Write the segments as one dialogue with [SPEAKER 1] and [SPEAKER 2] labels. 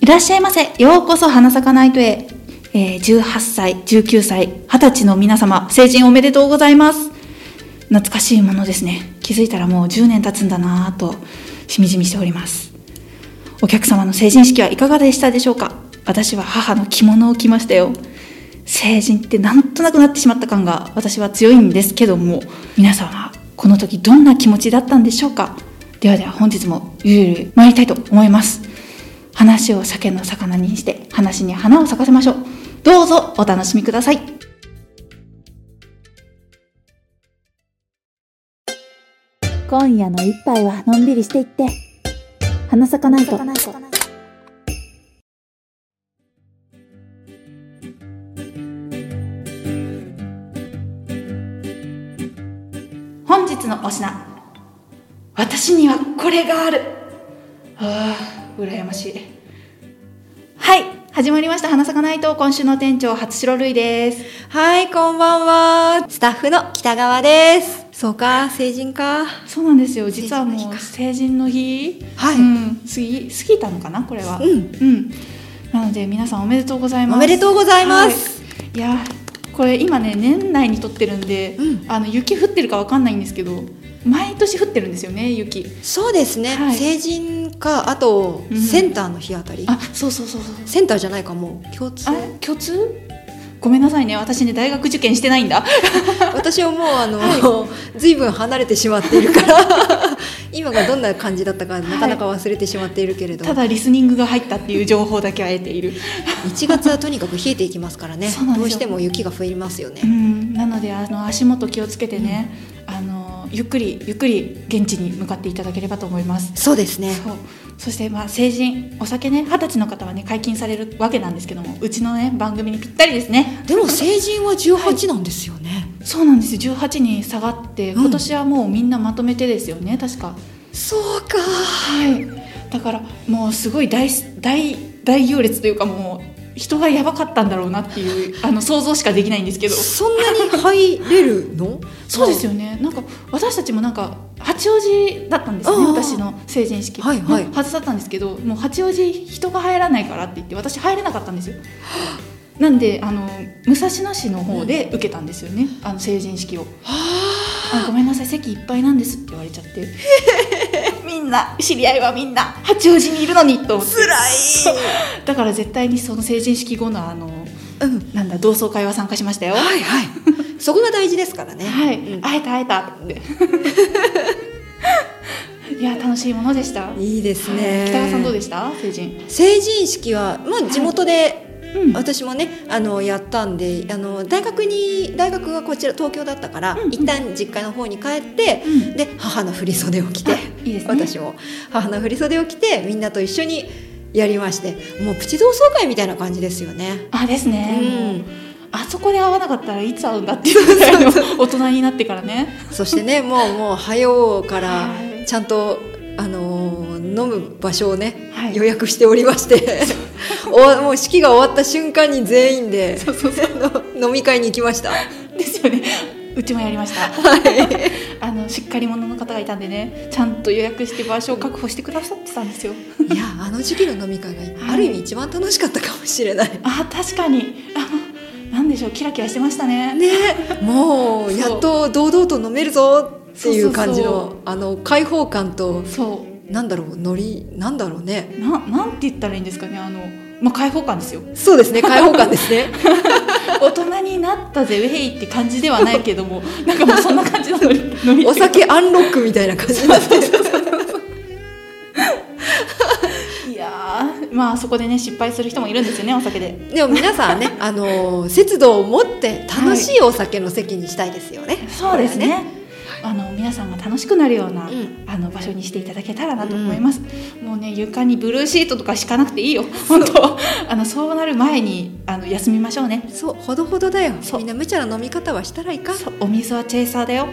[SPEAKER 1] いらっしゃいませ。ようこそ花咲かナイトへ。えー18歳、19歳、20歳の皆様、成人おめでとうございます。懐かしいものですね。気づいたらもう10年経つんだなぁと、しみじみしております。お客様の成人式はいかがでしたでしょうか私は母の着物を着ましたよ。成人ってなんとなくなってしまった感が私は強いんですけども、皆様はこの時どんな気持ちだったんでしょうかではでは本日もゆるゆる参りたいと思います。話を酒の魚にして話に花を咲かせましょう。どうぞお楽しみください。
[SPEAKER 2] 今夜の一杯はのんびりしていって花咲かないと
[SPEAKER 1] 本日のお品私にはこれがあるああ羨ましいはい始まりました花咲かないと今週の店長初白類です
[SPEAKER 3] はい、こんばんは。スタッフの北川です。そうか、成人か。
[SPEAKER 1] そうなんですよ実は
[SPEAKER 3] 成人
[SPEAKER 1] も
[SPEAKER 3] の
[SPEAKER 1] う
[SPEAKER 3] 日か
[SPEAKER 1] 成人の日
[SPEAKER 3] はい
[SPEAKER 1] うん、過ぎ過ぎたのかなこれは
[SPEAKER 3] うん、
[SPEAKER 1] うん、なので皆さんおめでとうございます
[SPEAKER 3] おめでとうございます
[SPEAKER 1] はい、いやこれ今ね年内に撮ってるんで、
[SPEAKER 3] うん
[SPEAKER 1] あの雪降ってるかわかんないんですけど毎年降ってるんですよね雪
[SPEAKER 3] そうですね、
[SPEAKER 1] はい
[SPEAKER 3] 成人か、あと、
[SPEAKER 1] うん
[SPEAKER 3] センターの日あたり。
[SPEAKER 1] あそうそうそうそう
[SPEAKER 3] センターじゃないかもう共通
[SPEAKER 1] あ共通ごめんなさいね私ね大学受験してないんだ
[SPEAKER 3] 私はもうあの、ずいぶん離れてしまっているから 今がどんな感じだったかなかなか忘れてしまっているけれど、
[SPEAKER 1] ただリスニングが入ったっていう情報だけは得ている
[SPEAKER 3] 1月はとにかく冷えていきますからね
[SPEAKER 1] そうなんですよ
[SPEAKER 3] どうしても雪が降りますよ
[SPEAKER 1] う
[SPEAKER 3] ね、
[SPEAKER 1] んなのであの足元気をつけてね、あのゆっくりゆっくり現地に向かっていただければと思います
[SPEAKER 3] そうですね
[SPEAKER 1] そうそしてまあ成人お酒ね二十歳の方はね解禁されるわけなんですけどもうちのね番組にぴったりですね
[SPEAKER 3] でも成人は18なんですよね、
[SPEAKER 1] そうなんですよ18に下がって
[SPEAKER 3] うん
[SPEAKER 1] 今年はもうみんなまとめてですよね、確か
[SPEAKER 3] そうか
[SPEAKER 1] はい、だからもうすごい大大大行列というかもう人がやばかったんだろうなっていうあの想像しかできないんですけど
[SPEAKER 3] そんなに入れるの
[SPEAKER 1] そうですよねなんか私たちもなんか八王子だったんです
[SPEAKER 3] あ
[SPEAKER 1] ね
[SPEAKER 3] あ
[SPEAKER 1] 私の成人式
[SPEAKER 3] はいはい
[SPEAKER 1] ずだったんですけどもう八王子人が入らないからって言って私入れなかったんですよなんであの武蔵野市の方で受けたんですよね、あの成人式をあごめんなさい席いっぱいなんですって言われちゃって みんな知り合いはみんな八王子にいるのにと思って
[SPEAKER 3] 辛い。
[SPEAKER 1] だから絶対にその成人式後のあの
[SPEAKER 3] うん。
[SPEAKER 1] なんだ同窓会は参加しましたよ
[SPEAKER 3] はいはい。そこが大事ですからね。
[SPEAKER 1] はい、
[SPEAKER 3] うん
[SPEAKER 1] 会えた会えた っていや楽しいものでした
[SPEAKER 3] いいですね。
[SPEAKER 1] 北川さんどうでした成人
[SPEAKER 3] 成人式はまあ地元で。
[SPEAKER 1] うん
[SPEAKER 3] 私もねあのやったんであの大学に大学がこちら東京だったから、
[SPEAKER 1] うん
[SPEAKER 3] 一旦実家の方に帰って、
[SPEAKER 1] うん
[SPEAKER 3] で母の振り袖を着て、
[SPEAKER 1] いいですね
[SPEAKER 3] 私も母の振り袖を着てみんなと一緒にやりましてもうプチ同窓会みたいな感じですよね。
[SPEAKER 1] あですね、
[SPEAKER 3] うん
[SPEAKER 1] もうあそこで会わなかったらいつ会うんだっていうぐらいの 大人になってからね
[SPEAKER 3] そし てねもうもう早うから
[SPEAKER 1] はい
[SPEAKER 3] ちゃんと、あのー飲む場所をね、
[SPEAKER 1] はい
[SPEAKER 3] 予約しておりまして おもう式が終わった瞬間に全員で
[SPEAKER 1] そうそうそう
[SPEAKER 3] の飲み会に行き ました
[SPEAKER 1] ですよねうちもやりました、 あのしっかり者の方がいたんでねちゃんと予約して場所を確保してくださってたんですよ
[SPEAKER 3] いやあの時期の飲み会
[SPEAKER 1] はい
[SPEAKER 3] がある意味一番楽しかったかもし れない
[SPEAKER 1] あ確かにあのなんでしょうキラキラしてましたね
[SPEAKER 3] ねもう
[SPEAKER 1] そう
[SPEAKER 3] やっと堂々と飲めるぞっていう感じ
[SPEAKER 1] そ
[SPEAKER 3] の
[SPEAKER 1] うそうそう
[SPEAKER 3] あの開放感と
[SPEAKER 1] そう
[SPEAKER 3] なんだろうノリなんだろうね
[SPEAKER 1] ななんて言ったらいいんですかねあの、まあ、開放感ですよ
[SPEAKER 3] そうですね開放 感ですね
[SPEAKER 1] 大人になったぜウェイって感じではないけども なんかもうそんな感じな のに飲み
[SPEAKER 3] お酒アンロックみたいな感じになって
[SPEAKER 1] いやーまあそこでね失敗する人もいるんですよねお酒で
[SPEAKER 3] でも皆さん はね、あのー節度を持って楽しいお酒の席にしたいですよね。
[SPEAKER 1] そうですね
[SPEAKER 3] こ
[SPEAKER 1] あの皆さんが楽しくなるような、
[SPEAKER 3] うん
[SPEAKER 1] あの場所にしていただけたらなと思います、もうね床にブルーシートとか敷かなくてい いよ本当あのそうなる前にあの休みましょうね
[SPEAKER 3] れはね。そう、ほどほどだよ。
[SPEAKER 1] そう
[SPEAKER 3] みんな無茶な飲み方はしたらいかん。
[SPEAKER 1] そうお水はチェイサーだ よ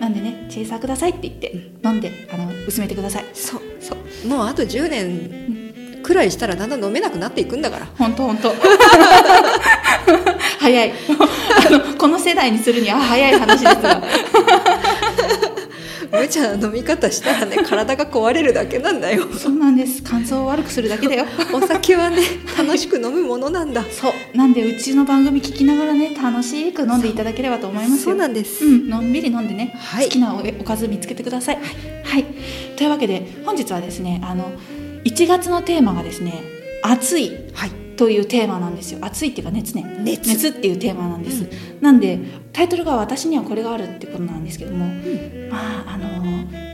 [SPEAKER 1] なんでねチェイサーくださいって言って飲んであの薄めてください
[SPEAKER 3] そう
[SPEAKER 1] そう
[SPEAKER 3] もうあと10年くらいしたらだんだん飲めなくなっていくんだから。
[SPEAKER 1] 本当本当 早 いあのこの世代にするには早い話ですが
[SPEAKER 3] 無茶な飲み方したら ね体が壊れるだけなんだよ
[SPEAKER 1] そうなんです感想を悪くするだけだよ
[SPEAKER 3] お酒はね楽しく飲むものなんだ
[SPEAKER 1] そうなんでうちの番組聞きながらね楽しく飲んでいただければと思いますよ
[SPEAKER 3] そうなんです、
[SPEAKER 1] うん、のんびり飲んでね、
[SPEAKER 3] はい
[SPEAKER 1] 好きなおおかず見つけてください。はい、というわけで本日はですねあの1月のテーマがですね「暑い
[SPEAKER 3] はい」
[SPEAKER 1] というテーマなんですよ暑いっていうか熱ね
[SPEAKER 3] 熱
[SPEAKER 1] 熱っていうテーマなんです、なんでタイトルが「私にはこれがある」ってことなんですけども、まああの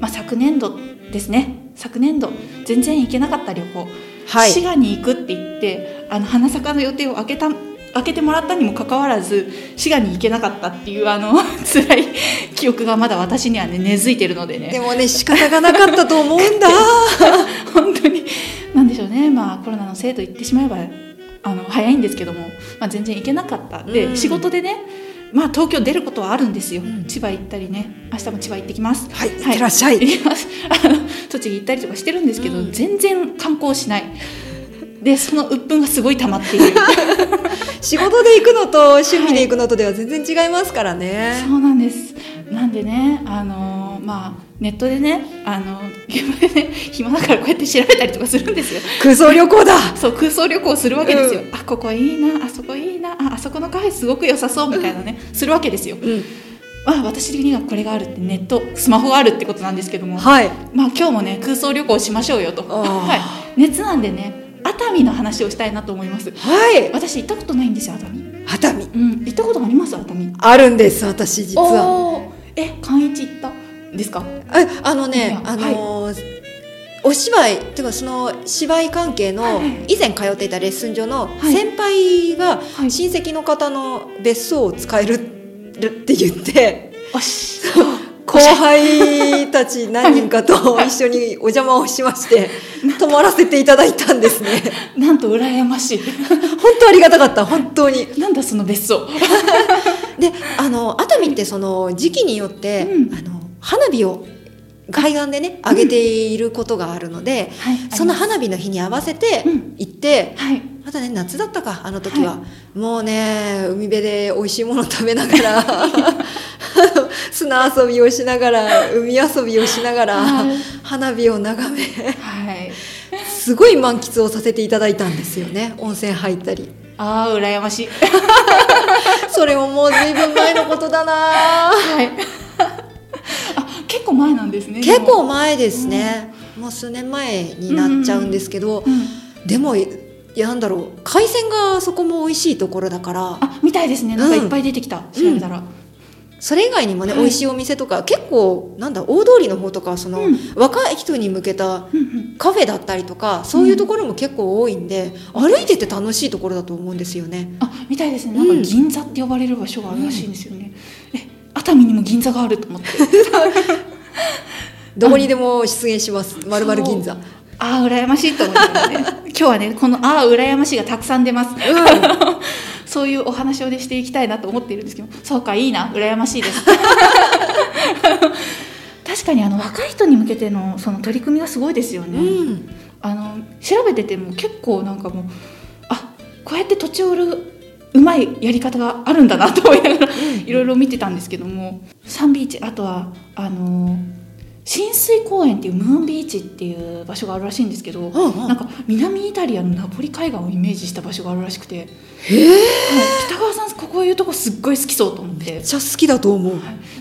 [SPEAKER 1] まあ、昨年度ですね昨年度全然行けなかった旅行、
[SPEAKER 3] はい
[SPEAKER 1] 滋賀に行くって言ってあの花坂の予定を開けた開けてもらったにもかかわらず滋賀に行けなかったっていうあの 辛い記憶がまだ私にはね根付いてるので
[SPEAKER 3] で
[SPEAKER 1] ね
[SPEAKER 3] もね仕方がなかったと思うんだ
[SPEAKER 1] 本当になんでしょうねまあコロナのせいと言ってしまえばあの早いんですけども、まあ、全然行けなかったで、
[SPEAKER 3] うん
[SPEAKER 1] 仕事でねまあ東京出ることはあるんですよ、
[SPEAKER 3] ん
[SPEAKER 1] 千葉行ったりね明日も千葉行ってきます
[SPEAKER 3] はいいってらっしゃい
[SPEAKER 1] 行きますあの栃木行ったりとかしてるんですけど、
[SPEAKER 3] うん
[SPEAKER 1] 全然観光しないでその鬱憤がすごい溜まってい る
[SPEAKER 3] 仕事で行くのと趣味で行くのとでは全然違いますからね、
[SPEAKER 1] そうなんですなんでねあのーまあネットでねあの現場でね暇だからこうやって調べたりとかするんですよ
[SPEAKER 3] 空想旅行だ
[SPEAKER 1] そう空想旅行するわけですよ、
[SPEAKER 3] う
[SPEAKER 1] あここいいなあそこいいなああそこのカフェすごく良さそうみたいなねするわけですよ、
[SPEAKER 3] うん
[SPEAKER 1] まあ、私的にはこれがあるってネットスマホがあるってことなんですけども
[SPEAKER 3] はい
[SPEAKER 1] まあ今日もね空想旅行しましょうよと、
[SPEAKER 3] あー
[SPEAKER 1] はい、熱なんでね熱海の話をしたいなと思います
[SPEAKER 3] はい
[SPEAKER 1] 私行ったことないんですよ熱海
[SPEAKER 3] 熱海
[SPEAKER 1] うん行ったことあります熱海
[SPEAKER 3] あるんです私実は
[SPEAKER 1] おーえ寛一行ったんですか
[SPEAKER 3] ああのね
[SPEAKER 1] いや
[SPEAKER 3] あのーお芝居っていうかその芝居関係の
[SPEAKER 1] はいはい
[SPEAKER 3] 以前通っていたレッスン所の
[SPEAKER 1] はい
[SPEAKER 3] 先輩が
[SPEAKER 1] い
[SPEAKER 3] 親戚の方の別荘を使えるって言って
[SPEAKER 1] おし
[SPEAKER 3] 後輩たち何人かと一緒にお邪魔をしまして泊まらせていただいたんですね
[SPEAKER 1] なんと羨ましい
[SPEAKER 3] 本当ありがたかった本当に
[SPEAKER 1] なんだその別荘
[SPEAKER 3] であの熱海ってその時期によって、
[SPEAKER 1] うん
[SPEAKER 3] あの花火を海岸でね上げていることがあるので、
[SPEAKER 1] はい
[SPEAKER 3] その花火の日に合わせて
[SPEAKER 1] うん
[SPEAKER 3] 行って、
[SPEAKER 1] はい
[SPEAKER 3] またね夏だったかあの時は、もうね海辺で美味しいもの食べながら あの砂遊びをしながら海遊びをしながら、
[SPEAKER 1] はい
[SPEAKER 3] 花火を眺め
[SPEAKER 1] はい
[SPEAKER 3] すごい満喫をさせていただいたんですよね温泉入ったり
[SPEAKER 1] ああ羨ましい
[SPEAKER 3] それももう随分前のことだなぁ
[SPEAKER 1] はい あ結構前なんですね
[SPEAKER 3] 結構前ですね、もう数年前になっちゃうんですけど、
[SPEAKER 1] でもうん
[SPEAKER 3] でもいやなんだろう海鮮がそこも美味しいところだから
[SPEAKER 1] あみたいですねなんかいっぱい出てきた、調べたら、
[SPEAKER 3] それ以外にもね、
[SPEAKER 1] はい
[SPEAKER 3] 美味しいお店とか結構なんだ大通りの方とかその、
[SPEAKER 1] うん
[SPEAKER 3] 若い人に向けた
[SPEAKER 1] うんうん
[SPEAKER 3] カフェだったりとかそういうところも結構多いんで、歩いてて楽しいところだと思うんですよね。
[SPEAKER 1] あみたいですねなんか
[SPEAKER 3] うん
[SPEAKER 1] 銀座って呼ばれる場所があるらしいんですよね、え熱海にも銀座があると 思って
[SPEAKER 3] どこにでも出現します、まるまる銀座。
[SPEAKER 1] そうああ羨ましいと思って ね今日はねこの「ああ羨ましい」がたくさん出ます、 そういうお話をねしていきたいなと思っているんですけどそうかいいな羨ましいです 確かにあの若い人に向けてのその取り組みがすごいですよね、
[SPEAKER 3] うん
[SPEAKER 1] あの調べてても結構なんかもうあこうやって土地を売るうまいやり方があるんだなと思いながらいろいろ見てたんですけどもサンビーチあとはあの浸水公園っていうムーンビーチっていう場所があるらしいんですけど、
[SPEAKER 3] うんうん
[SPEAKER 1] なんか南イタリアのナポリ海岸をイメージした場所があるらしくて、はい北川さんここいうとこすっごい好きそうと思って
[SPEAKER 3] めっちゃ好きだと思う。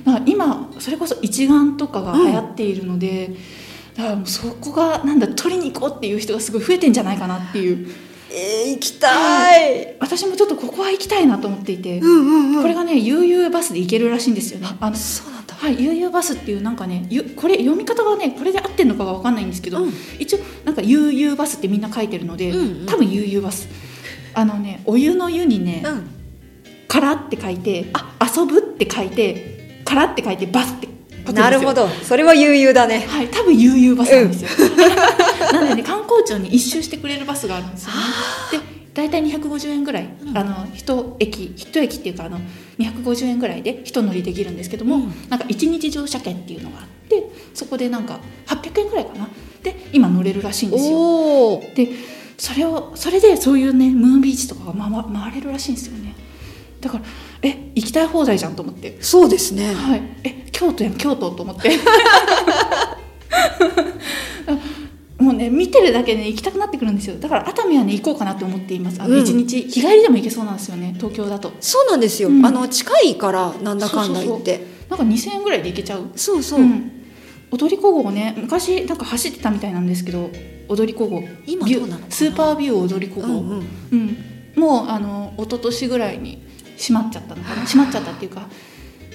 [SPEAKER 1] だから今それこそ一眼とかが流行っているので、だからもうそこがなんだ取りに行こうっていう人がすごい増えてんじゃないかなっていう
[SPEAKER 3] えー、行きたい。
[SPEAKER 1] 私もちょっとここは行きたいなと思っていて、
[SPEAKER 3] うんうんうん。
[SPEAKER 1] これがね悠々バスで行けるらしいんですよねあの
[SPEAKER 3] そうなんだ。
[SPEAKER 1] はい、悠々バスっていうなんかねゆこれ読み方がねこれで合ってるのかが分かんないんですけど、
[SPEAKER 3] うん
[SPEAKER 1] 一応なんか悠々バスってみんな書いてるので、
[SPEAKER 3] うんうん
[SPEAKER 1] 多分悠々バスあのねお湯の湯にね、
[SPEAKER 3] うん。
[SPEAKER 1] からって書いてあ遊ぶって書いてからって書いてバスって書くんですよ
[SPEAKER 3] なるほどそれは悠々だね
[SPEAKER 1] はい、多分悠々バスなんですよ。 なんでね、観光庁に一周してくれるバスがあるんですよね。で、大体250円ぐらい、
[SPEAKER 3] うん
[SPEAKER 1] あの一駅一駅っていうかあの250円ぐらいで一乗りできるんですけども、
[SPEAKER 3] うん
[SPEAKER 1] なんか一日乗車券っていうのがあって、そこでなんか800円ぐらいかな。で、今乗れるらしいんですよ。
[SPEAKER 3] おお
[SPEAKER 1] で、それをそれでそういうねムーンビーチとかが回回れるらしいんですよね。だからえ行きたい放題じゃんと思って。
[SPEAKER 3] そうですね
[SPEAKER 1] はい、え京都やん京都と思って もうね見てるだけで、ね、行きたくなってくるんですよだから熱海はね行こうかなって思っていますあの
[SPEAKER 3] うん
[SPEAKER 1] 一日、日帰りでも行けそうなんですよね東京だと
[SPEAKER 3] そうなんですよ、
[SPEAKER 1] うん
[SPEAKER 3] あの近いからなんだかんだ言って
[SPEAKER 1] なんか2000円ぐらいで行けちゃう
[SPEAKER 3] そうそう
[SPEAKER 1] うん、踊り子号ね昔なんか走ってたみたいなんですけど踊り子号
[SPEAKER 3] 今
[SPEAKER 1] ビュー
[SPEAKER 3] どうなのかな
[SPEAKER 1] スーパービュー踊り子号、
[SPEAKER 3] うんうん
[SPEAKER 1] うん、もうあの一昨年ぐらいに閉まっちゃったのかな閉まっちゃったっていうか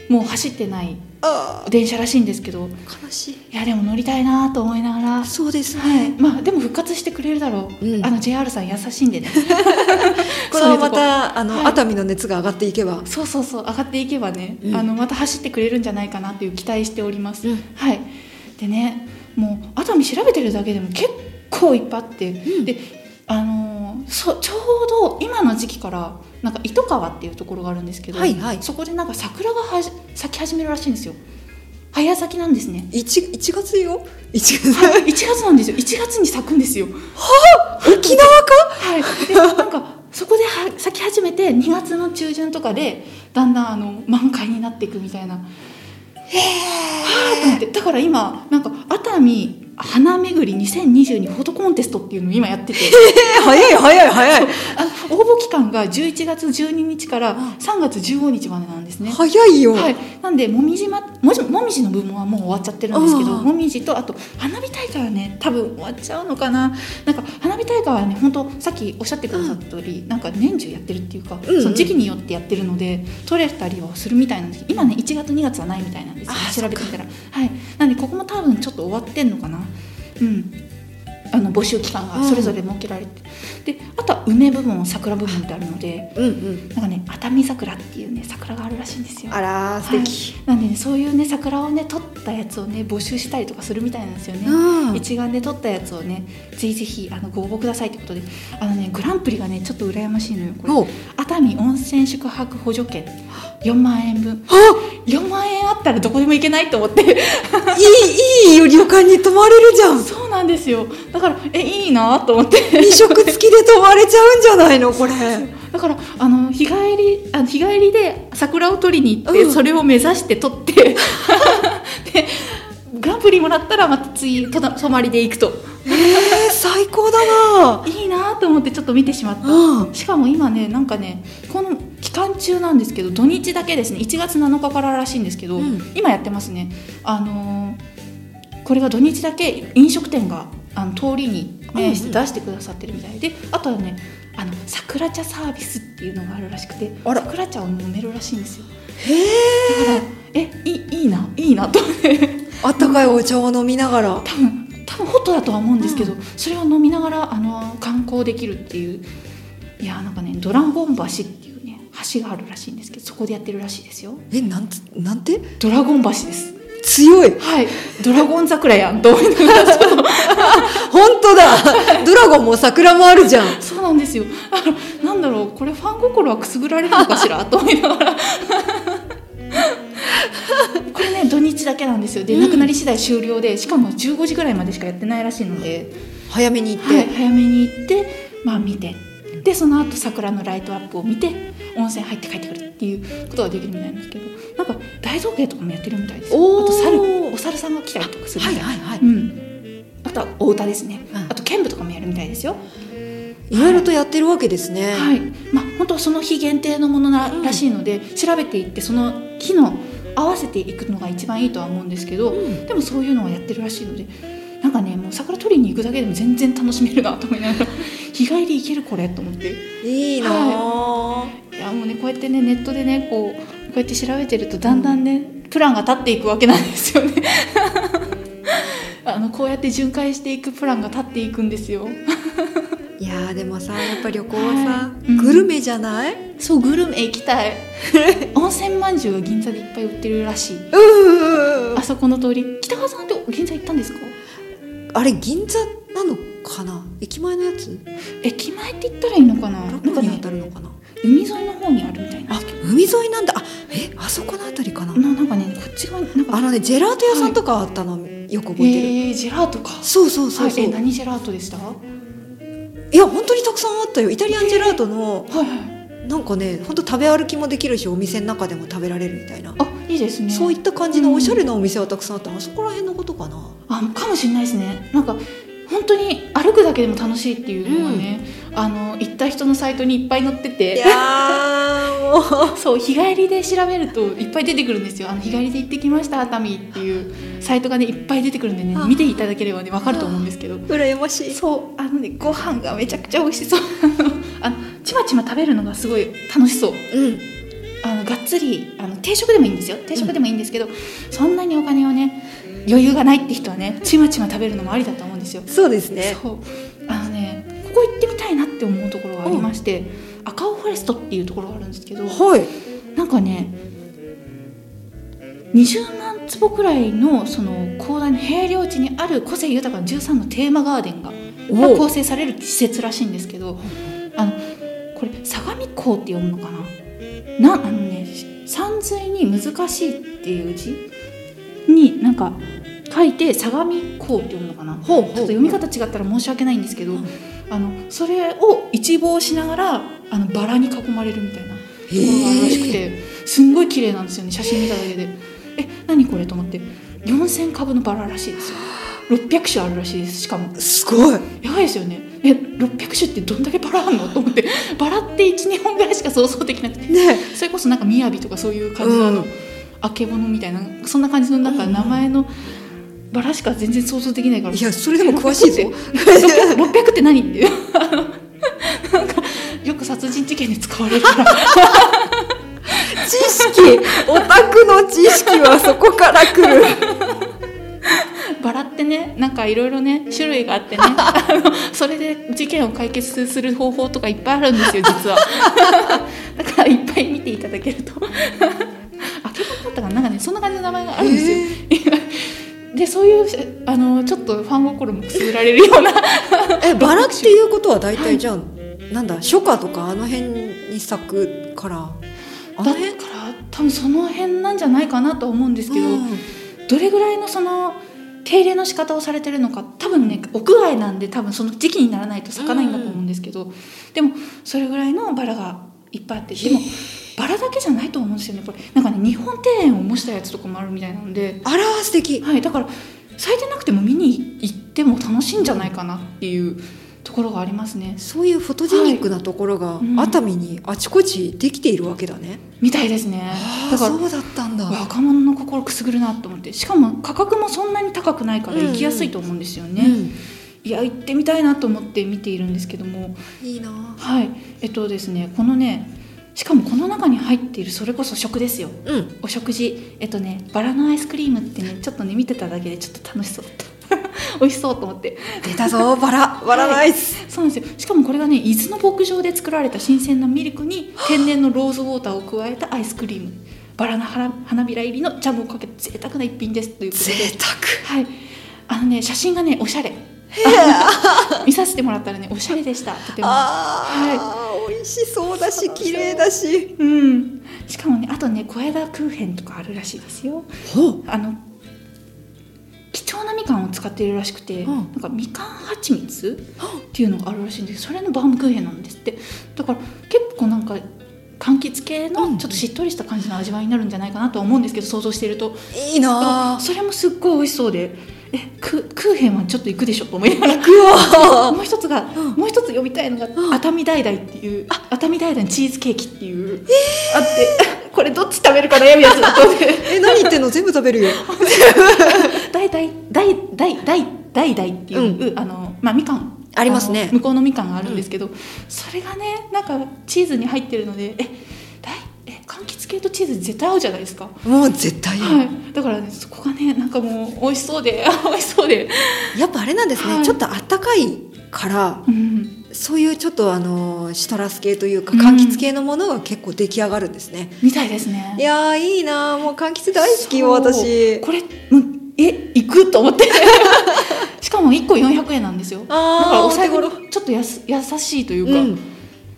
[SPEAKER 1] もう走ってない
[SPEAKER 3] あ
[SPEAKER 1] 電車らしいんですけど
[SPEAKER 3] あ悲しい
[SPEAKER 1] いやでも乗りたいなと思いながら、は
[SPEAKER 3] そうですね、
[SPEAKER 1] い、まあでも復活してくれるだろう、
[SPEAKER 3] うん
[SPEAKER 1] あの JR さん優しいんでね
[SPEAKER 3] これ
[SPEAKER 1] そ
[SPEAKER 3] はま
[SPEAKER 1] ういうとこ
[SPEAKER 3] たあの、
[SPEAKER 1] はい
[SPEAKER 3] 熱海の熱が上がっていけば
[SPEAKER 1] そうそうそう上がっていけばね、
[SPEAKER 3] うん
[SPEAKER 1] あのまた走ってくれるんじゃないかなという期待しております、
[SPEAKER 3] うん
[SPEAKER 1] はいでねもう熱海調べてるだけでも結構いっぱいあって、
[SPEAKER 3] うん
[SPEAKER 1] であのーそうちょうど今の時期からなんか糸川っていうところがあるんですけど、
[SPEAKER 3] はいはい
[SPEAKER 1] そこでなんか桜がはじ咲き始めるらしいんですよ早咲きなんですね
[SPEAKER 3] 1, 1月よ1
[SPEAKER 1] はい
[SPEAKER 3] 月
[SPEAKER 1] 1月なんですよ1月に咲くんですよ
[SPEAKER 3] 沖縄か
[SPEAKER 1] はい、でなんかそこでは咲き始めて2月の中旬とかでだんだんあの満開になっていくみたいなへえと思ってだから今なんか熱海花巡り2022フォトコンテストっていうのを今やって て
[SPEAKER 3] え早い早い早い
[SPEAKER 1] あ応募期間が11月12日から
[SPEAKER 3] うん
[SPEAKER 1] 3月15日までなんですね
[SPEAKER 3] 早いよ、
[SPEAKER 1] はい、なんでもみじまもじもみじの部門はもう終わっちゃってるんですけど
[SPEAKER 3] ああ
[SPEAKER 1] もみじとあと花火大会はね多分終わっちゃうのかななんか花火大会はね本当さっきおっしゃってくださった通り、なんか年中やってるっていうか、
[SPEAKER 3] うんうん
[SPEAKER 1] その時期によってやってるので取れたりはするみたいなんですけど今ね1月2月はないみたいなんですよ
[SPEAKER 3] ああ
[SPEAKER 1] 調べてみたらはいなんでここも多分ちょっと終わってんのかなうんあの募集期間がそれぞれ設けられて、であとは梅部門桜部門ってあるので
[SPEAKER 3] うんうん
[SPEAKER 1] なんかね熱海桜っていうね桜があるらしいんですよ
[SPEAKER 3] あらー素敵、
[SPEAKER 1] なんで、ね、そういうね桜をね取ったやつをね募集したりとかするみたいなんですよね、
[SPEAKER 3] うん
[SPEAKER 1] 一眼で取ったやつをねぜひぜひあのご応募くださいってことであのねグランプリがねちょっと羨ましいのよこれ
[SPEAKER 3] お
[SPEAKER 1] 熱海温泉宿泊補助券4万円分4万円あったらどこでも行けないと思って
[SPEAKER 3] あいいいい旅館に泊まれるじゃん
[SPEAKER 1] そうなんですよだからえいいなと思って
[SPEAKER 3] 二食付きで泊まれちゃうんじゃないのこれ
[SPEAKER 1] だからあの日帰りあの日帰りで桜を取りに行って、
[SPEAKER 3] うん
[SPEAKER 1] それを目指して取って でグランプリもらったらまた次とだ泊まりで行くと
[SPEAKER 3] えー、最高だない
[SPEAKER 1] いなと思ってちょっと見てしまった
[SPEAKER 3] うん
[SPEAKER 1] しかも今ねなんかねこの期間中なんですけど土日だけですね1月7日かららしいんですけど、
[SPEAKER 3] うん
[SPEAKER 1] 今やってますねあのーこれが土日だけ飲食店があの通りに面して出してくださってるみたいで、あとはねあの桜茶サービスっていうのがあるらしくて
[SPEAKER 3] あら
[SPEAKER 1] 桜茶を飲めるらしいんですよ
[SPEAKER 3] へえ
[SPEAKER 1] だからえいいいいないいなと思って
[SPEAKER 3] あったかいお茶を飲みながら
[SPEAKER 1] 多分多分ホットだとは思うんですけど、それを飲みながらあの観光できるっていういやーなんかねドラゴン橋っていうね橋があるらしいんですけどそこでやってるらしいですよ
[SPEAKER 3] えなんつなんて
[SPEAKER 1] ドラゴン橋です
[SPEAKER 3] 強い
[SPEAKER 1] はいドラゴン桜やんと思いながらそう
[SPEAKER 3] 本当だドラゴンも桜もあるじゃん
[SPEAKER 1] そうなんですよだからなんだろうこれファン心はくすぐられるのかし らと思いながらこれね土日だけなんですよで、
[SPEAKER 3] うん
[SPEAKER 1] なくなり次第終了でしかも15時ぐらいまでしかやってないらしいので、
[SPEAKER 3] 早めに行っ
[SPEAKER 1] はい、
[SPEAKER 3] て、
[SPEAKER 1] 早めに行ってまあ見てでその後桜のライトアップを見て温泉入って帰ってくるっていうことができるみたいなんですけどなんか大造形とかもやってるみたいです
[SPEAKER 3] おー
[SPEAKER 1] よあと猿お猿さんが来たりとかするみたいな、
[SPEAKER 3] はいはいはい
[SPEAKER 1] うん、あとはお歌ですね、
[SPEAKER 3] うん
[SPEAKER 1] あと剣舞とかもやるみたいですよ
[SPEAKER 3] いろいろとやってるわけですね、
[SPEAKER 1] はいまあ本当その日限定のものな
[SPEAKER 3] うん
[SPEAKER 1] らしいので、調べていってその日の合わせていくのが一番いいとは思うんですけど、
[SPEAKER 3] うん
[SPEAKER 1] でもそういうのはやってるらしいのでなんかねもう桜取りに行くだけでも全然楽しめるなと思いなが ら日帰り行けるこれと思ってい
[SPEAKER 3] いいなあ、
[SPEAKER 1] やもうねこうやってねネットでねこうこうやって調べてるとだんだんね、プランが立っていくわけなんですよね あのこうやって巡回していくプランが立っていくんですよ
[SPEAKER 3] い、やーでもさやっぱ旅行はさ、
[SPEAKER 1] はいうん
[SPEAKER 3] グルメじゃない
[SPEAKER 1] そうグルメ行きたい 温泉まんじゅうが銀座でいっぱい売ってるらしい
[SPEAKER 3] うん
[SPEAKER 1] あそこの通り北川さんって銀座行ったんですか
[SPEAKER 3] あれ銀座なのかな駅前のやつ
[SPEAKER 1] 駅前って言ったらいいのかななん
[SPEAKER 3] どこ
[SPEAKER 1] か
[SPEAKER 3] に
[SPEAKER 1] ね
[SPEAKER 3] 当たるのかな
[SPEAKER 1] 海沿いの方にあるみたいな
[SPEAKER 3] あ海沿いなんだあえあそこのあたりかな、
[SPEAKER 1] ななんかねこっち側になんか
[SPEAKER 3] あのねジェラート屋さんとかあったの、よく
[SPEAKER 1] え
[SPEAKER 3] 覚えてる、
[SPEAKER 1] ー、ジェラートか
[SPEAKER 3] そうそうそうそう、
[SPEAKER 1] はい、え何ジェラートでしたはい
[SPEAKER 3] いや本当にたくさんあったよイタリアンジェラートの
[SPEAKER 1] はい
[SPEAKER 3] なんかね本当食べ歩きもできるしお店の中でも食べられるみたいな、
[SPEAKER 1] あいいですね
[SPEAKER 3] そういった感じのおしゃれなお店はたくさんあった、あそこら辺のことかな
[SPEAKER 1] あかもしれないですねなんか本当に歩くだけでも楽しいっていうのがね、あの行った人のサイトにいっぱい載って
[SPEAKER 3] い
[SPEAKER 1] て
[SPEAKER 3] やーもう
[SPEAKER 1] そう日帰りで調べるといっぱい出てくるんですよあの日帰りで行ってきました熱海っていうサイトがねいっぱい出てくるんでね
[SPEAKER 3] あ
[SPEAKER 1] 見ていただければねわかると思うんですけど
[SPEAKER 3] 羨ましい
[SPEAKER 1] そうあのねご飯がめちゃくちゃ美味しそう あのちまちま食べるのがすごい楽しそう
[SPEAKER 3] うん
[SPEAKER 1] あのがっつりあの定食でもいいんですよ定食でもいいんですけど、そんなにお金をね余裕がないって人はねちまちま食べるのもありだと思うんですよ
[SPEAKER 3] そうですね
[SPEAKER 1] そうあのねここ行ってみたいなって思うところがありまして赤尾フォレストっていうところがあるんですけど
[SPEAKER 3] はい
[SPEAKER 1] なんかね20万坪くらいのその広大な平領地にある個性豊かな13のテーマガーデンがが
[SPEAKER 3] お
[SPEAKER 1] 構成される施設らしいんですけどあのこれ相模港って読むのかななあのね山水に難しいっていう字になんか書いて相模港って読むのかな
[SPEAKER 3] ほう
[SPEAKER 1] ちょっと
[SPEAKER 3] ほ
[SPEAKER 1] 読み方違ったら申し訳ないんですけど、あのそれを一望しながらあのバラに囲まれるみたいなものがあるらしくてすんごい綺麗なんですよね写真見ただけでえ何これと思って4,000株のバラらしいですよ600種あるらしいですしかも
[SPEAKER 3] うすごい
[SPEAKER 1] やばいですよねえ600種ってどんだけバラあんのと思ってバラって12本ぐらいしか想像できなくて
[SPEAKER 3] ね
[SPEAKER 1] それこそなんか雅とかそういう感じのあ
[SPEAKER 3] う
[SPEAKER 1] の
[SPEAKER 3] ん
[SPEAKER 1] あけぼのみたいなそんな感じのなんか名前のバラしか全然想像できないから
[SPEAKER 3] いやそれでも 詳しいぞ
[SPEAKER 1] 600 600って何っていう あのなんかよく殺人事件で使われるから
[SPEAKER 3] 知 識オタクの知識はそこから来る
[SPEAKER 1] バラってねなんかいろいろね種類があってねあのそれで事件を解決する方法とかいっぱいあるんですよ実はだからいっぱい見ていただけるとあけぼのだったかななんかねそんな感じの名前があるんですよでそういうあのちょっとファン心もくすぐられるような
[SPEAKER 3] えバラっていうことは大体じゃあ、なんだ初夏とかあの辺に咲くからあ
[SPEAKER 1] だ
[SPEAKER 3] の
[SPEAKER 1] か
[SPEAKER 3] 辺
[SPEAKER 1] ら多分その辺なんじゃないかなと思うんですけど、
[SPEAKER 3] うん
[SPEAKER 1] どれぐらいのその手入れの仕方をされてるのか多分ね屋外なんで多分その時期にならないと咲かないんだと思うんですけど、でもそれぐらいのバラがいっぱいあってでもバラだけじゃないと思うんですよねこれなんかね日本庭園を模したやつとかもあるみたいなので、
[SPEAKER 3] あら素敵
[SPEAKER 1] はい、だから咲いてなくても見に行っても楽しいんじゃないかなっていうところがありますね
[SPEAKER 3] そういうフォトジェニックなところが
[SPEAKER 1] いうん
[SPEAKER 3] 熱海にあちこちできているわけだね、
[SPEAKER 1] みたいですね
[SPEAKER 3] あ
[SPEAKER 1] だ
[SPEAKER 3] あ
[SPEAKER 1] から
[SPEAKER 3] そうだったんだ
[SPEAKER 1] 若者の心くすぐるなと思ってしかも価格もそんなに高くないから行きやすいと思うんですよね、いや行ってみたいなと思って見ているんですけども
[SPEAKER 3] うん、いいな
[SPEAKER 1] はいえっとですねこのねしかもこの中に入っているそれこそ食ですよ
[SPEAKER 3] うん
[SPEAKER 1] お食事えっとねバラのアイスクリームってねちょっとね見てただけでちょっと楽 しそうだった美味しそうと思って
[SPEAKER 3] 出たぞバ ラバラナイス、
[SPEAKER 1] そうなんですよしかもこれがね伊豆の牧場で作られた新鮮なミルクに天然のローズウォーターを加えたアイスクリームバラの花花びら入りのジャムをかけて贅沢な一品ですということで
[SPEAKER 3] 贅沢
[SPEAKER 1] はいあのね写真がねおしゃれ 見させてもらったらねおしゃれでしたとても
[SPEAKER 3] ああ、美味しそうだし綺麗だし
[SPEAKER 1] うんしかもねあとね小枝クーヘンとかあるらしいですよ
[SPEAKER 3] ほ
[SPEAKER 1] あの貴重なみかんを使っているらしくて、
[SPEAKER 3] うん
[SPEAKER 1] なんかみかん蜂蜜っていうのがあるらしいんですけどそれのバームクーヘンなんですってだから結構なんか柑橘系
[SPEAKER 3] う
[SPEAKER 1] の
[SPEAKER 3] ん
[SPEAKER 1] ちょっとしっとりした感じの味わいになるんじゃないかなとは思うんですけど想像していると
[SPEAKER 3] いいな
[SPEAKER 1] それもすっごい美味しそうでえククーヘンはちょっと行くでしょと思いながら
[SPEAKER 3] 行くわ
[SPEAKER 1] もう一つが、
[SPEAKER 3] うん
[SPEAKER 1] もう一つ呼びたいのが、
[SPEAKER 3] うん
[SPEAKER 1] 熱海大々っていう熱海大々のチーズケーキっていう、あって これどっち食べるか悩むや つだったので
[SPEAKER 3] え何言ってんの全部食 べるよ
[SPEAKER 1] 大々大大大大々っていう、あのまあみかん
[SPEAKER 3] ありますね
[SPEAKER 1] の向こうのみかんがあるんですけど、それがねなんかチーズに入ってるのでえ大え柑橘系とチーズ絶対合うじゃないですか
[SPEAKER 3] もう絶対よ
[SPEAKER 1] はい、だからねそこがねなんかもう美味しそうで 美味しそうで、
[SPEAKER 3] やっぱあれなんですね、
[SPEAKER 1] はい
[SPEAKER 3] ちょっとあったかいから
[SPEAKER 1] うん、
[SPEAKER 3] そういうちょっとあのシトラス系というか
[SPEAKER 1] うん
[SPEAKER 3] 柑橘系のものが結構出来上がるんですね、
[SPEAKER 1] みたいですね
[SPEAKER 3] いやーいいなーもう柑橘大好きよ
[SPEAKER 1] そう
[SPEAKER 3] 私
[SPEAKER 1] これもうえ行くと思って しかも1個400円なんですよだから
[SPEAKER 3] あー
[SPEAKER 1] お財布
[SPEAKER 3] お手頃
[SPEAKER 1] ちょっとやす優しいという
[SPEAKER 3] う
[SPEAKER 1] か、
[SPEAKER 3] ん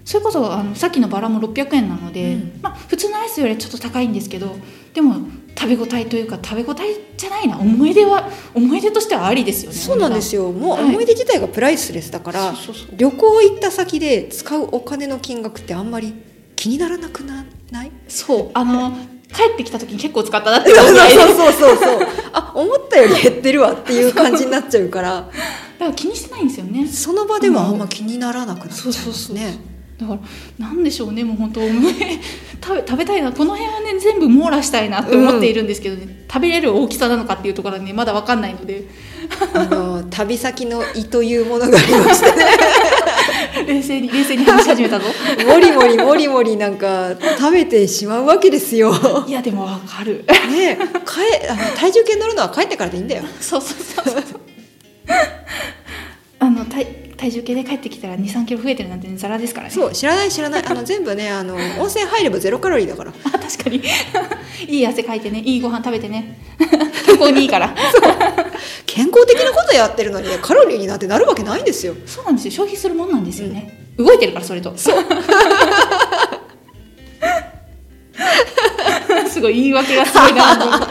[SPEAKER 1] それこそあのさっきのバラも600円なので、
[SPEAKER 3] うん
[SPEAKER 1] まあ、普通のアイスよりちょっと高いんですけどでも食べ応えというか食べ応えじゃないな思い出は思い出としてはありですよね
[SPEAKER 3] そうなんです
[SPEAKER 1] よ
[SPEAKER 3] よもう
[SPEAKER 1] はい
[SPEAKER 3] 思い出自体がプライスレスだから、
[SPEAKER 1] そうそうそう
[SPEAKER 3] 旅行行った先で使うお金の金額ってあんまり気にならなくなない
[SPEAKER 1] そうあの帰ってきた時に結構使ったなって
[SPEAKER 3] そう
[SPEAKER 1] 思 うぐらいで
[SPEAKER 3] そうそうそうそうあ思ったより減ってるわっていう感じになっちゃうから
[SPEAKER 1] だから気にしてないんですよね
[SPEAKER 3] その場ではあんま気にならなくなっちゃいますね。
[SPEAKER 1] だからなんでしょうねもう本当お米食べ食べたいなこの辺はね全部網羅したいなって思っているんですけどね、食べれる大きさなのかっていうところはねまだわかんないので
[SPEAKER 3] あの旅先の胃というものがありまして
[SPEAKER 1] 冷静に冷静に話し始 めたぞ
[SPEAKER 3] もりもりもりもりなんか食べてしまうわけで すよ。
[SPEAKER 1] いやでもわかる
[SPEAKER 3] ねえ帰あの体重計乗るのは帰ってからでいいんだよ。
[SPEAKER 1] そうそうそうそうあの体体重計で帰ってきたら2 3キロ増えてるなんてねざらですからね
[SPEAKER 3] そう知らない知らないあの全部ねあの温泉入ればゼロカロリーだから。
[SPEAKER 1] あ確かに いい汗かいてねいいご飯食べてね 健康にいいから
[SPEAKER 3] 健康的なことやってるのにねカロリーになってなるわけないんですよ。
[SPEAKER 1] そうなんですよ消費するもんなんですよね、動いてるからそれとそう すごい言い訳がすごいなと思った い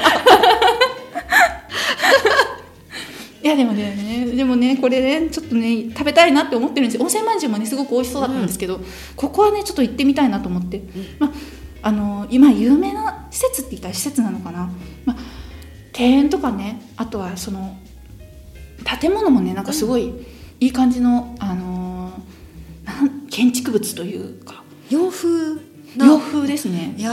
[SPEAKER 1] やでもねでもねこれねちょっとね食べたいなって思ってるんですよ温泉まんじゅうもねすごく美味しそうだったんですけど、ここはねちょっと行ってみたいなと思って、まああの今有名な施設って言ったら施設なのかな、まあ、庭園とかねあとはその建物もねなんかすごいいい感じの、あのーなん建築物というか
[SPEAKER 3] 洋風な。
[SPEAKER 1] 洋風ですね
[SPEAKER 3] いや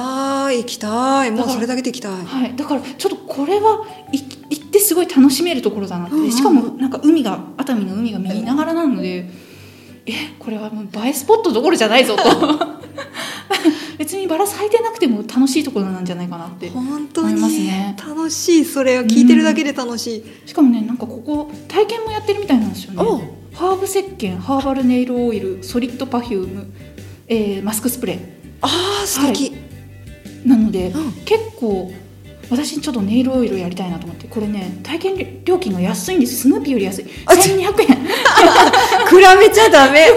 [SPEAKER 3] ー行きたいもうそれだけで行きたい。
[SPEAKER 1] はいだからちょっとこれはい行ってすごい楽しめるところだなって、
[SPEAKER 3] うんうんうん
[SPEAKER 1] しかもなんか海が熱海の海が見ながらなので、えこれはもう映えスポットどころじゃない ぞと別にバラ咲いてなくても楽しいところなんじゃないかなって
[SPEAKER 3] 本当
[SPEAKER 1] 思い
[SPEAKER 3] に
[SPEAKER 1] ますね
[SPEAKER 3] 楽しいそれを聞いてるだけで楽しい。
[SPEAKER 1] しかもねなんかここ体験もやってるみたいなんですよね
[SPEAKER 3] おう
[SPEAKER 1] ハーブ石鹸ハーバルネイルオイルソリッドパフューム、えーマスクスプレー
[SPEAKER 3] あー素敵。
[SPEAKER 1] なので、
[SPEAKER 3] うん
[SPEAKER 1] 結構私ちょっとネイルオイルやりたいなと思ってこれね体験料金が安いんですスヌーピーより安い
[SPEAKER 3] あちょ
[SPEAKER 1] 1200円
[SPEAKER 3] 比べちゃダメ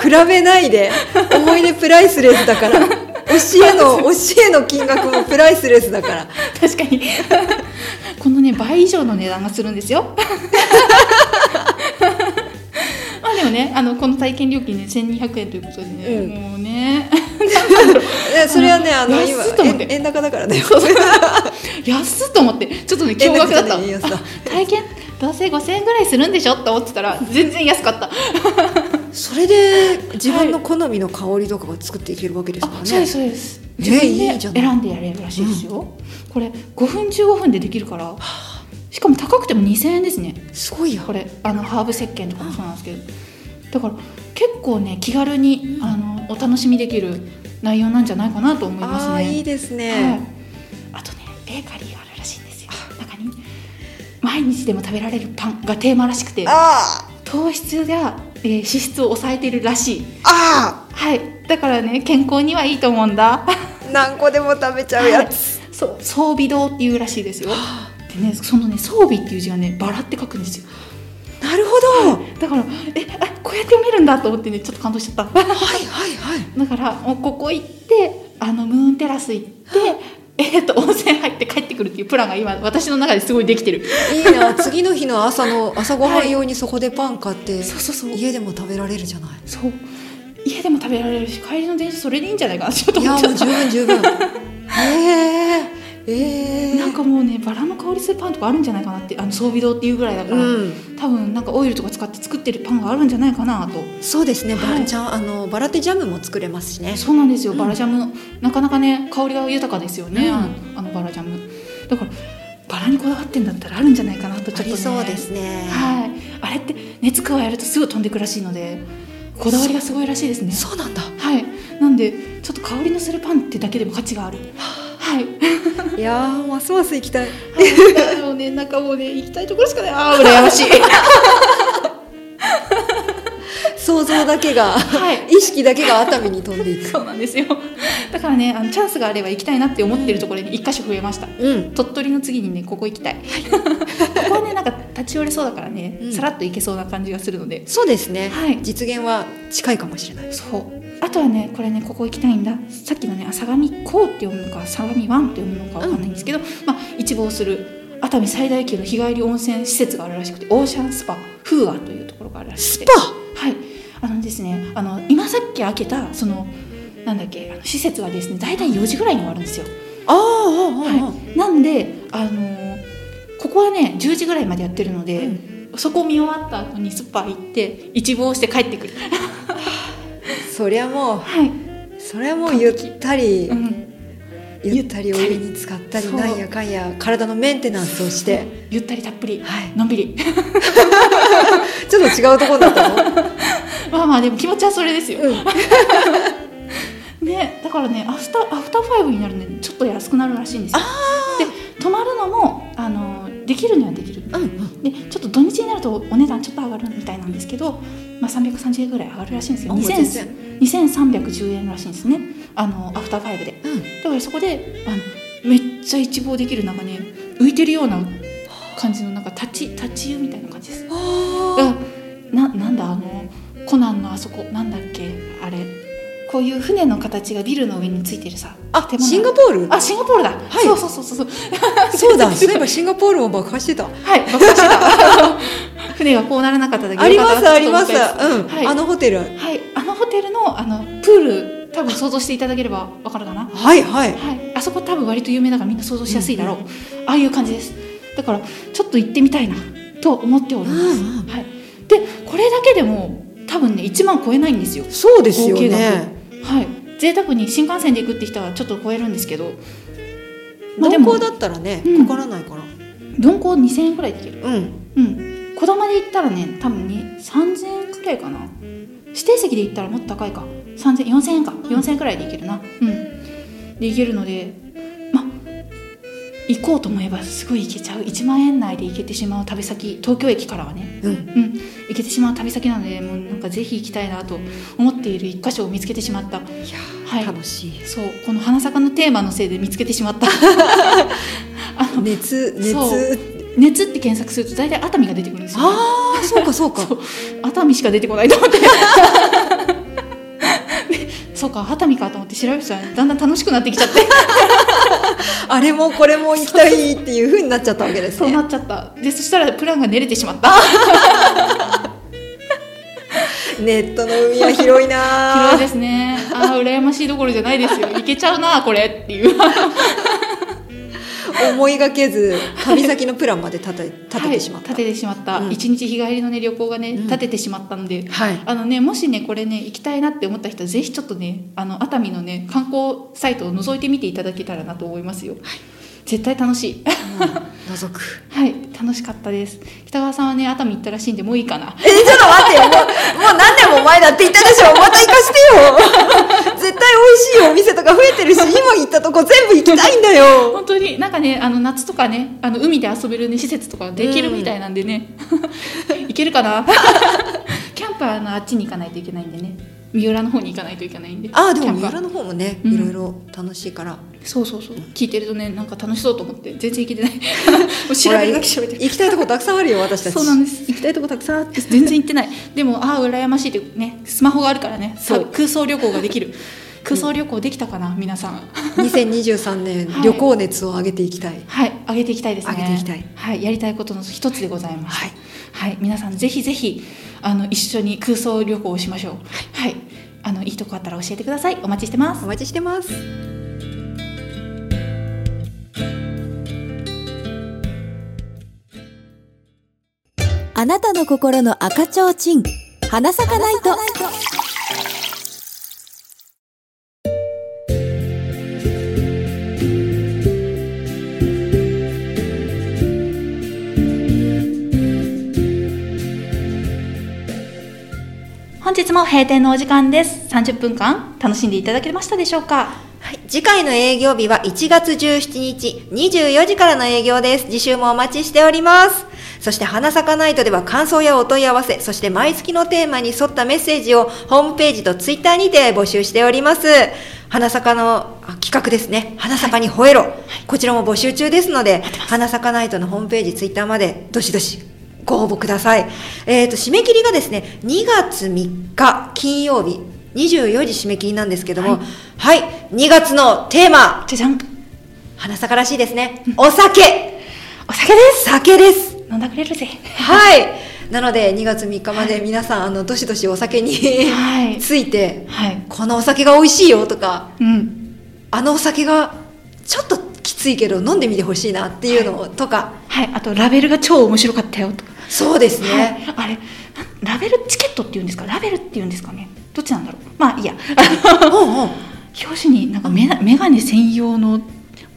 [SPEAKER 3] 比べないで思い出プライスレスだから教 えの教えの金額もプライスレスだから
[SPEAKER 1] 確かにこのね倍以上の値段がするんですよ まあでもねあのこの体験料金ね1200円ということでね、
[SPEAKER 3] うん
[SPEAKER 1] もうね
[SPEAKER 3] えそれはねあの
[SPEAKER 1] 安
[SPEAKER 3] 今
[SPEAKER 1] いと思って
[SPEAKER 3] 円円高だからね
[SPEAKER 1] 安っと思ってちょっとね驚
[SPEAKER 3] 円高
[SPEAKER 1] 愕
[SPEAKER 3] じゃ
[SPEAKER 1] だっ
[SPEAKER 3] ない
[SPEAKER 1] た、
[SPEAKER 3] 円安だ
[SPEAKER 1] 体験どうせ5000円ぐらいするんでしょって思ってたら全然安かった
[SPEAKER 3] それで自分の好みの香りとかが作っていけるわけですから
[SPEAKER 1] あそうで
[SPEAKER 3] ね
[SPEAKER 1] すそうです自分
[SPEAKER 3] いい
[SPEAKER 1] で
[SPEAKER 3] じゃない
[SPEAKER 1] 選んでやれるらしいですよ、これ5分15分でできるからしかも高くても2000円ですね
[SPEAKER 3] すごいよ
[SPEAKER 1] これあのハーブ石鹸とかもそうなんですけどだから結構ね気軽にあのお楽しみできる内容なんじゃないかなと思いますね
[SPEAKER 3] あーいいです
[SPEAKER 1] はい
[SPEAKER 3] ね、
[SPEAKER 1] あとねベーカリーがあるらしいんですよ中に毎日でも食べられるパンがテーマらしくて
[SPEAKER 3] あ
[SPEAKER 1] 糖質が、えー脂質を抑えてるらしい
[SPEAKER 3] ああ
[SPEAKER 1] はいだからね健康にはいいと思うんだ
[SPEAKER 3] あ何個でも食べちゃうやつ、
[SPEAKER 1] そう装備堂っていうらしいですよでねそのね装備っていう字がねバラって書くんですよ
[SPEAKER 3] なるほど
[SPEAKER 1] だからえあこうやって読めるんだと思ってねちょっと感動しちゃっただ
[SPEAKER 3] はいはいはい
[SPEAKER 1] からもうここ行ってあのムーンテラス行ってえっと温泉入って帰ってくるっていうプランが今私の中ですごいできてる
[SPEAKER 3] いいな次の日の朝の朝ごはん用にそこでパン買って、
[SPEAKER 1] そうそうそう
[SPEAKER 3] 家でも食べられるじゃない
[SPEAKER 1] そう家でも食べられるし帰りの電車それでいいんじゃないかなちょっと
[SPEAKER 3] いや
[SPEAKER 1] 思
[SPEAKER 3] も
[SPEAKER 1] っ
[SPEAKER 3] う
[SPEAKER 1] ちゃっ
[SPEAKER 3] 十
[SPEAKER 1] た
[SPEAKER 3] 分十分ええええ
[SPEAKER 1] なんかもうねバラの香りするパンとかあるんじゃないかなってあの装備堂っていうぐらいだか
[SPEAKER 3] う
[SPEAKER 1] ら、
[SPEAKER 3] ん
[SPEAKER 1] 多分なんかオイルとか使って作ってるパンがあるんじゃないかなと
[SPEAKER 3] そうですね、バ
[SPEAKER 1] は
[SPEAKER 3] ラ
[SPEAKER 1] い
[SPEAKER 3] ちゃんあのバラってジャムも作れますしね
[SPEAKER 1] そうなんですよバラジャム、なかなかね香りが豊かですよね、
[SPEAKER 3] うん
[SPEAKER 1] あのあのバラジャムだからバラにこだわってんだったらあるんじゃないかなとちょっ
[SPEAKER 3] あ
[SPEAKER 1] と、ね、
[SPEAKER 3] りそうですね、
[SPEAKER 1] はいあれって熱加えるとすぐ飛んでくらしいのでこだわりがすごいらしいですね
[SPEAKER 3] そうなんだ
[SPEAKER 1] はいなんでちょっと香りのするパンってだけでも価値があるはい
[SPEAKER 3] いやーますます行きたい
[SPEAKER 1] はい もうね中もうね行きたいところしかないああ羨ましい
[SPEAKER 3] 想像だけが、
[SPEAKER 1] はい
[SPEAKER 3] 意識だけが熱海に飛んでいく
[SPEAKER 1] そうなんですよだからねあのチャンスがあれば行きたいなって思ってるところに一箇所増えました
[SPEAKER 3] うん
[SPEAKER 1] 鳥取の次にねここ行きたい ここはねなんか立ち寄れそうだからね、
[SPEAKER 3] うん
[SPEAKER 1] さらっと行けそうな感じがするので
[SPEAKER 3] そうですね、
[SPEAKER 1] はい
[SPEAKER 3] 実現は近いかもしれない
[SPEAKER 1] そうあとはねこれねここ行きたいんださっきのねあ相模港って読むのか相模湾って読むのかわかんないんですけど、まあ、一望する熱海最大級の日帰り温泉施設があるらしくてオーシャンスパフーアというところがあるらし
[SPEAKER 3] ス
[SPEAKER 1] くて
[SPEAKER 3] パ
[SPEAKER 1] はいあのですねあの今さっき開けたそのなんだっけあの施設はですね大体4時ぐらいに終わるんですよ、
[SPEAKER 3] ああああああ、
[SPEAKER 1] はい、なんであのーここはね10時ぐらいまでやってるので、そこ見終わった後にスーパー行って一望して帰ってくる
[SPEAKER 3] そりゃもう
[SPEAKER 1] はい、
[SPEAKER 3] それはもうゆったり
[SPEAKER 1] うん、
[SPEAKER 3] ゆったりお
[SPEAKER 1] ゆったり
[SPEAKER 3] 湯に使ったり
[SPEAKER 1] そう
[SPEAKER 3] なんやかんや体のメンテナンスをして
[SPEAKER 1] ゆったりたっぷり
[SPEAKER 3] はい
[SPEAKER 1] のんびり
[SPEAKER 3] ちょっと違うところだったの
[SPEAKER 1] まあまあでも気持ちはそれですよ、
[SPEAKER 3] うん
[SPEAKER 1] ねだからねアフターアフターファイブになるんでちょっと安くなるらしいんですよで泊まるのもあのーできるにはできる
[SPEAKER 3] うん
[SPEAKER 1] でちょっと土日になるとお値段ちょっと上がるみたいなんですけど、まあ、330円ぐらい上がるらしいんですよ
[SPEAKER 3] あもう全
[SPEAKER 1] 2000
[SPEAKER 3] 然
[SPEAKER 1] 2310円らしいんですねあのアフターファイブで
[SPEAKER 3] うん
[SPEAKER 1] だからそこであのめっちゃ一望できるなんかね浮いてるような感じのなんか立ち立ち湯みたいな感じです
[SPEAKER 3] あー
[SPEAKER 1] がななんだあのコナンのあそこなんだっけあれこういう船の形がビルの上についてるさ
[SPEAKER 3] あ
[SPEAKER 1] 建物
[SPEAKER 3] シンガポール
[SPEAKER 1] あシンガポールだ、
[SPEAKER 3] い
[SPEAKER 1] そうそうそうそう
[SPEAKER 3] そうだそういえばシンガポールも爆破して た
[SPEAKER 1] はい、爆破した。船がこうならなかっただ
[SPEAKER 3] あ
[SPEAKER 1] け
[SPEAKER 3] り
[SPEAKER 1] よ
[SPEAKER 3] ま
[SPEAKER 1] かっ
[SPEAKER 3] す
[SPEAKER 1] た
[SPEAKER 3] あ
[SPEAKER 1] な
[SPEAKER 3] り
[SPEAKER 1] と
[SPEAKER 3] ま
[SPEAKER 1] 思っ
[SPEAKER 3] す
[SPEAKER 1] た
[SPEAKER 3] う
[SPEAKER 1] やつ
[SPEAKER 3] ん
[SPEAKER 1] はい
[SPEAKER 3] あのホテル
[SPEAKER 1] はい、あのホテルのあのプール、多分想像していただければわかるかな。
[SPEAKER 3] はいはい
[SPEAKER 1] はい、あそこ多分割と有名だからみんな想像しやすいだろう。ああいう感じです。だからちょっと行ってみたいなと思っております。
[SPEAKER 3] うんうん
[SPEAKER 1] はい。で、これだけでも多分ね1万超えないんですよ。
[SPEAKER 3] そうですよ
[SPEAKER 1] 合計
[SPEAKER 3] ね
[SPEAKER 1] 額はい。贅沢に新幹線で行くって人はちょっと超えるんですけど、まあで
[SPEAKER 3] 鈍
[SPEAKER 1] も
[SPEAKER 3] 行だったらね
[SPEAKER 1] うん
[SPEAKER 3] かからないかな
[SPEAKER 1] 鈍行2000円くらいで行ける。
[SPEAKER 3] うん
[SPEAKER 1] うん小玉で行ったらね多分に3000円くらいかな指定席で行ったらもっと高いか3000 4000円か4000円くらいで行けるなうんで行けるのでま行こうと思えばすごい行けちゃう1万円内で行けてしまう旅先東京駅からはね
[SPEAKER 3] うん
[SPEAKER 1] うん行けてしまう旅先なのでもうなんかぜひ行きたいなと思っている一箇所を見つけてしまった
[SPEAKER 3] いやー
[SPEAKER 1] はい
[SPEAKER 3] 楽しい
[SPEAKER 1] そうこの花坂のテーマのせいで見つけてしまった
[SPEAKER 3] 熱
[SPEAKER 1] そう
[SPEAKER 3] 熱
[SPEAKER 1] 熱って検索すると大体熱海が出てくるんですよ、ね、
[SPEAKER 3] ああそうかそうか
[SPEAKER 1] そう熱海しか出てこないと思ってでそうか熱海かと思って調べてたらだんだん楽しくなってきちゃって
[SPEAKER 3] あれもこれも行きたいっていう風になっちゃったわけです
[SPEAKER 1] そう
[SPEAKER 3] ね
[SPEAKER 1] なっちゃったでそしたらプランが練れてしまった
[SPEAKER 3] ネットの海は広いな
[SPEAKER 1] 広い
[SPEAKER 3] ー
[SPEAKER 1] ですねああ羨ましいどころじゃないですよいけちゃうなこれっていう
[SPEAKER 3] 思いがけず旅先のプランまで立て立ててしまった
[SPEAKER 1] はい立ててしまった、
[SPEAKER 3] うん
[SPEAKER 1] 一日日帰りのね旅行がね
[SPEAKER 3] うん
[SPEAKER 1] 立ててしまったので、
[SPEAKER 3] はい
[SPEAKER 1] あのね、もしねこれね行きたいなって思った人はぜひちょっとねあの熱海のね観光サイトを覗いてみていただけたらなと思いますよ、絶対楽しい
[SPEAKER 3] 覗く
[SPEAKER 1] はい、楽しかったです。北川さんはね、熱海行ったらしいんで、もういいかな。
[SPEAKER 3] えちょっと待ってよもうもう何年も前だって言ったでしょまた行かして よ絶対美味しいお店とか増えてるし今行ったとこ全部行きたいんだよ
[SPEAKER 1] 本当になんかね、あの夏とかね、あの海で遊べるね、施設とかできるみたいなんでね。行けるかな。 キャンプはあのあっちに行かないといけないんでね。三浦の方に行かないといけないんで。
[SPEAKER 3] ああで
[SPEAKER 1] キャ
[SPEAKER 3] も
[SPEAKER 1] ンプ
[SPEAKER 3] 三
[SPEAKER 1] は
[SPEAKER 3] 浦の方もね
[SPEAKER 1] うん
[SPEAKER 3] いろいろ楽しいから、
[SPEAKER 1] そうそうそう、聞いてるとね、なんか楽しそうと思って、全然行けてない。もう調
[SPEAKER 3] ほら
[SPEAKER 1] べる
[SPEAKER 3] 行
[SPEAKER 1] だ け調べてる。
[SPEAKER 3] きたいとこたくさんあるよ私たち
[SPEAKER 1] そうなんです行きたいとこたくさんあ って全然行ってないでもああ羨ましいってねスマホがあるからね
[SPEAKER 3] そう
[SPEAKER 1] さ空想旅行ができる空想旅行できたかな皆さん
[SPEAKER 3] 2023年、
[SPEAKER 1] はい
[SPEAKER 3] 旅行熱を上げていきたい
[SPEAKER 1] はい、上げていきたいですね。
[SPEAKER 3] 上げていきたい
[SPEAKER 1] はい、やりたいことの一つでございます。
[SPEAKER 3] はい
[SPEAKER 1] はい、皆さんぜひぜひあの一緒に空想旅行をしましょう。はい、あのいいとこあったら教えてください。お待ちしてます
[SPEAKER 3] お。待ちしてます
[SPEAKER 4] あなたの心の赤ちょうちん。花咲かないと。
[SPEAKER 1] 本日も閉店のお時間です。30分間楽しんでいただけましたでしょうか。
[SPEAKER 3] はい、次回の営業日は1月17日24時からの営業です。次週もお待ちしております。そして花咲かナイトでは感想やお問い合わせ、そして毎月のテーマに沿ったメッセージをホームページとツイッターにて募集しております。花咲かのあ企画ですね。花咲かに吠えろ。こちらも募集中ですので、花咲かナイトのホームページ、ツイッターまでどしどしご応募ください。えっ、と、締め切りがですね、2月3日金曜日、24時締め切りなんですけども、はい、2月のテーマ、
[SPEAKER 1] じゃじゃん。
[SPEAKER 3] 花咲からしいですね。お酒
[SPEAKER 1] お酒です。
[SPEAKER 3] 酒です
[SPEAKER 1] 飲んだくれるぜ。
[SPEAKER 3] はいなので2月3日まで皆さん、あのどしどしお酒に
[SPEAKER 1] はい
[SPEAKER 3] ついて
[SPEAKER 1] はい
[SPEAKER 3] このお酒が美味しいよとか
[SPEAKER 1] うん
[SPEAKER 3] あのお酒がちょっときついけど飲んでみてほしいなっていうのを、とか
[SPEAKER 1] はいあとラベルが超面白かったよとか、
[SPEAKER 3] そうです
[SPEAKER 1] は
[SPEAKER 3] ね、
[SPEAKER 1] い、あれなラベルチケットっていうんですかラベルっていうんですかねどっちなんだろうまあいいや
[SPEAKER 3] うんうん
[SPEAKER 1] 表紙になんかメガメガネ専用の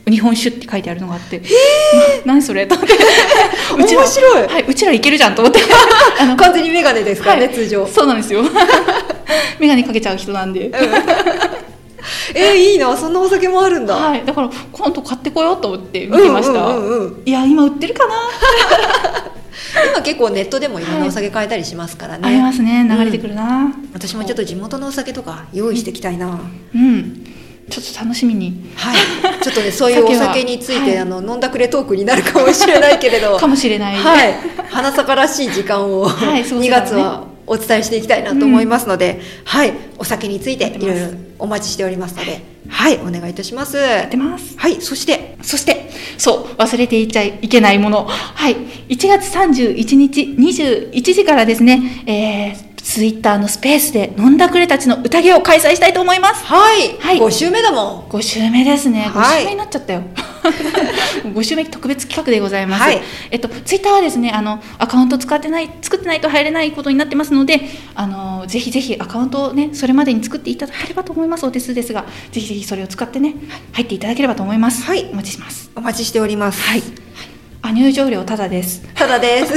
[SPEAKER 1] 日本酒って書いてあるのがあって、な何それと思って うちら
[SPEAKER 3] 面白い
[SPEAKER 1] はいうちらいけるじゃんと思ってあの
[SPEAKER 3] 完全にメガネですからね、
[SPEAKER 1] はい
[SPEAKER 3] 通常
[SPEAKER 1] そうなんですよメガネかけちゃう人なんで、
[SPEAKER 3] えー、いいなそんなお酒もあるんだ、
[SPEAKER 1] はい、だから今度買ってこようと思って見てました、
[SPEAKER 3] うんうんうんうん
[SPEAKER 1] いや今売ってるかな、
[SPEAKER 3] 今結構ネットでもいろん
[SPEAKER 1] は
[SPEAKER 3] ないお酒買えたりしますからね、
[SPEAKER 1] ありますね流れてくるな
[SPEAKER 3] 私もちょっと地元のお酒とか用意していきたいな、
[SPEAKER 1] うんちょっと楽しみに
[SPEAKER 3] はいちょっとねそういうお
[SPEAKER 1] 酒は
[SPEAKER 3] 酒について、
[SPEAKER 1] はい
[SPEAKER 3] あの飲んだくれトークになるかもしれないけれど
[SPEAKER 1] かもしれない
[SPEAKER 3] はい、花坂らしい時間を、
[SPEAKER 1] はいそうですね
[SPEAKER 3] 2月はお伝えしていきたいなと思いますので、はいお酒についていろいろお待ちしておりますのではいお願いいたします
[SPEAKER 1] やってます
[SPEAKER 3] はいそして
[SPEAKER 1] そしてそう忘れていちゃいけないものはい1月31日21時からですねえー、ツイッターのスペースで飲んだくれたちの宴を開催したいと思います
[SPEAKER 3] はい、
[SPEAKER 1] はい
[SPEAKER 3] 5週目だも
[SPEAKER 1] 5週目ですね、
[SPEAKER 3] は
[SPEAKER 1] 5
[SPEAKER 3] い
[SPEAKER 1] 週目になっちゃったよ 5週目特別企画でございます、
[SPEAKER 3] はい
[SPEAKER 1] えっと、ツイッターはですねあのアカウント使ってない作ってないと入れないことになってますのであのぜひぜひアカウントをねそれまでに作っていただければと思いますお手数ですがぜひぜひそれを使ってね入っていただければと思います、
[SPEAKER 3] はい
[SPEAKER 1] お待ちします
[SPEAKER 3] んお待ちしておりますはい
[SPEAKER 1] あ入場料ただです
[SPEAKER 3] た だです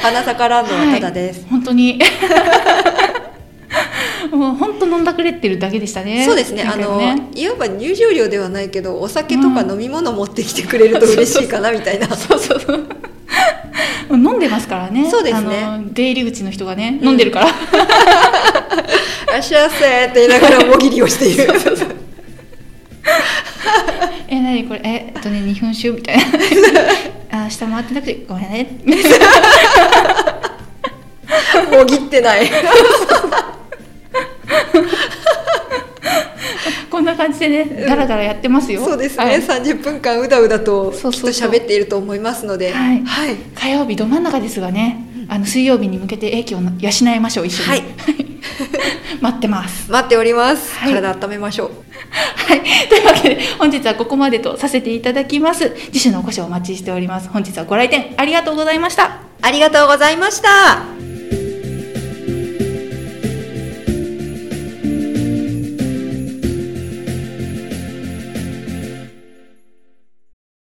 [SPEAKER 3] 花坂ランドはただです、
[SPEAKER 1] はい本当に もう本当飲んだくれてるだけでしたね
[SPEAKER 3] そうですね
[SPEAKER 1] 今
[SPEAKER 3] あ
[SPEAKER 1] 回
[SPEAKER 3] の
[SPEAKER 1] もね
[SPEAKER 3] いわば入場料ではないけどお酒とか飲み物持ってきてくれると嬉しいかなみたいな、
[SPEAKER 1] そうそうそう。飲んでますからね。
[SPEAKER 3] そうですね
[SPEAKER 1] あの出入り口の人がね、飲んでるから。
[SPEAKER 3] いらっしゃいませって言いながらもぎりをしている
[SPEAKER 1] え、なにこれ、え、えっとね、日本酒みた いな。あ、下回ってなくて、ごめんね。
[SPEAKER 3] もぎってない
[SPEAKER 1] こんな感じでね、だらだらやってますよ。
[SPEAKER 3] そうですね、
[SPEAKER 1] はい
[SPEAKER 3] 30分間うだうだときっと
[SPEAKER 1] そうそうそう
[SPEAKER 3] 喋っていると思いますので
[SPEAKER 1] はい
[SPEAKER 3] はい、
[SPEAKER 1] 火曜日ど真ん中ですがね、あの水曜日に向けて英気を養いましょう一緒に。
[SPEAKER 3] はい
[SPEAKER 1] 待ってます。
[SPEAKER 3] 待っております、
[SPEAKER 1] はい
[SPEAKER 3] 体温めましょう
[SPEAKER 1] はい。というわけで、本日はここまでとさせていただきます。次週のお越しをお待ちしております。本日はご来店ありがとうございました。
[SPEAKER 3] ありがとうございました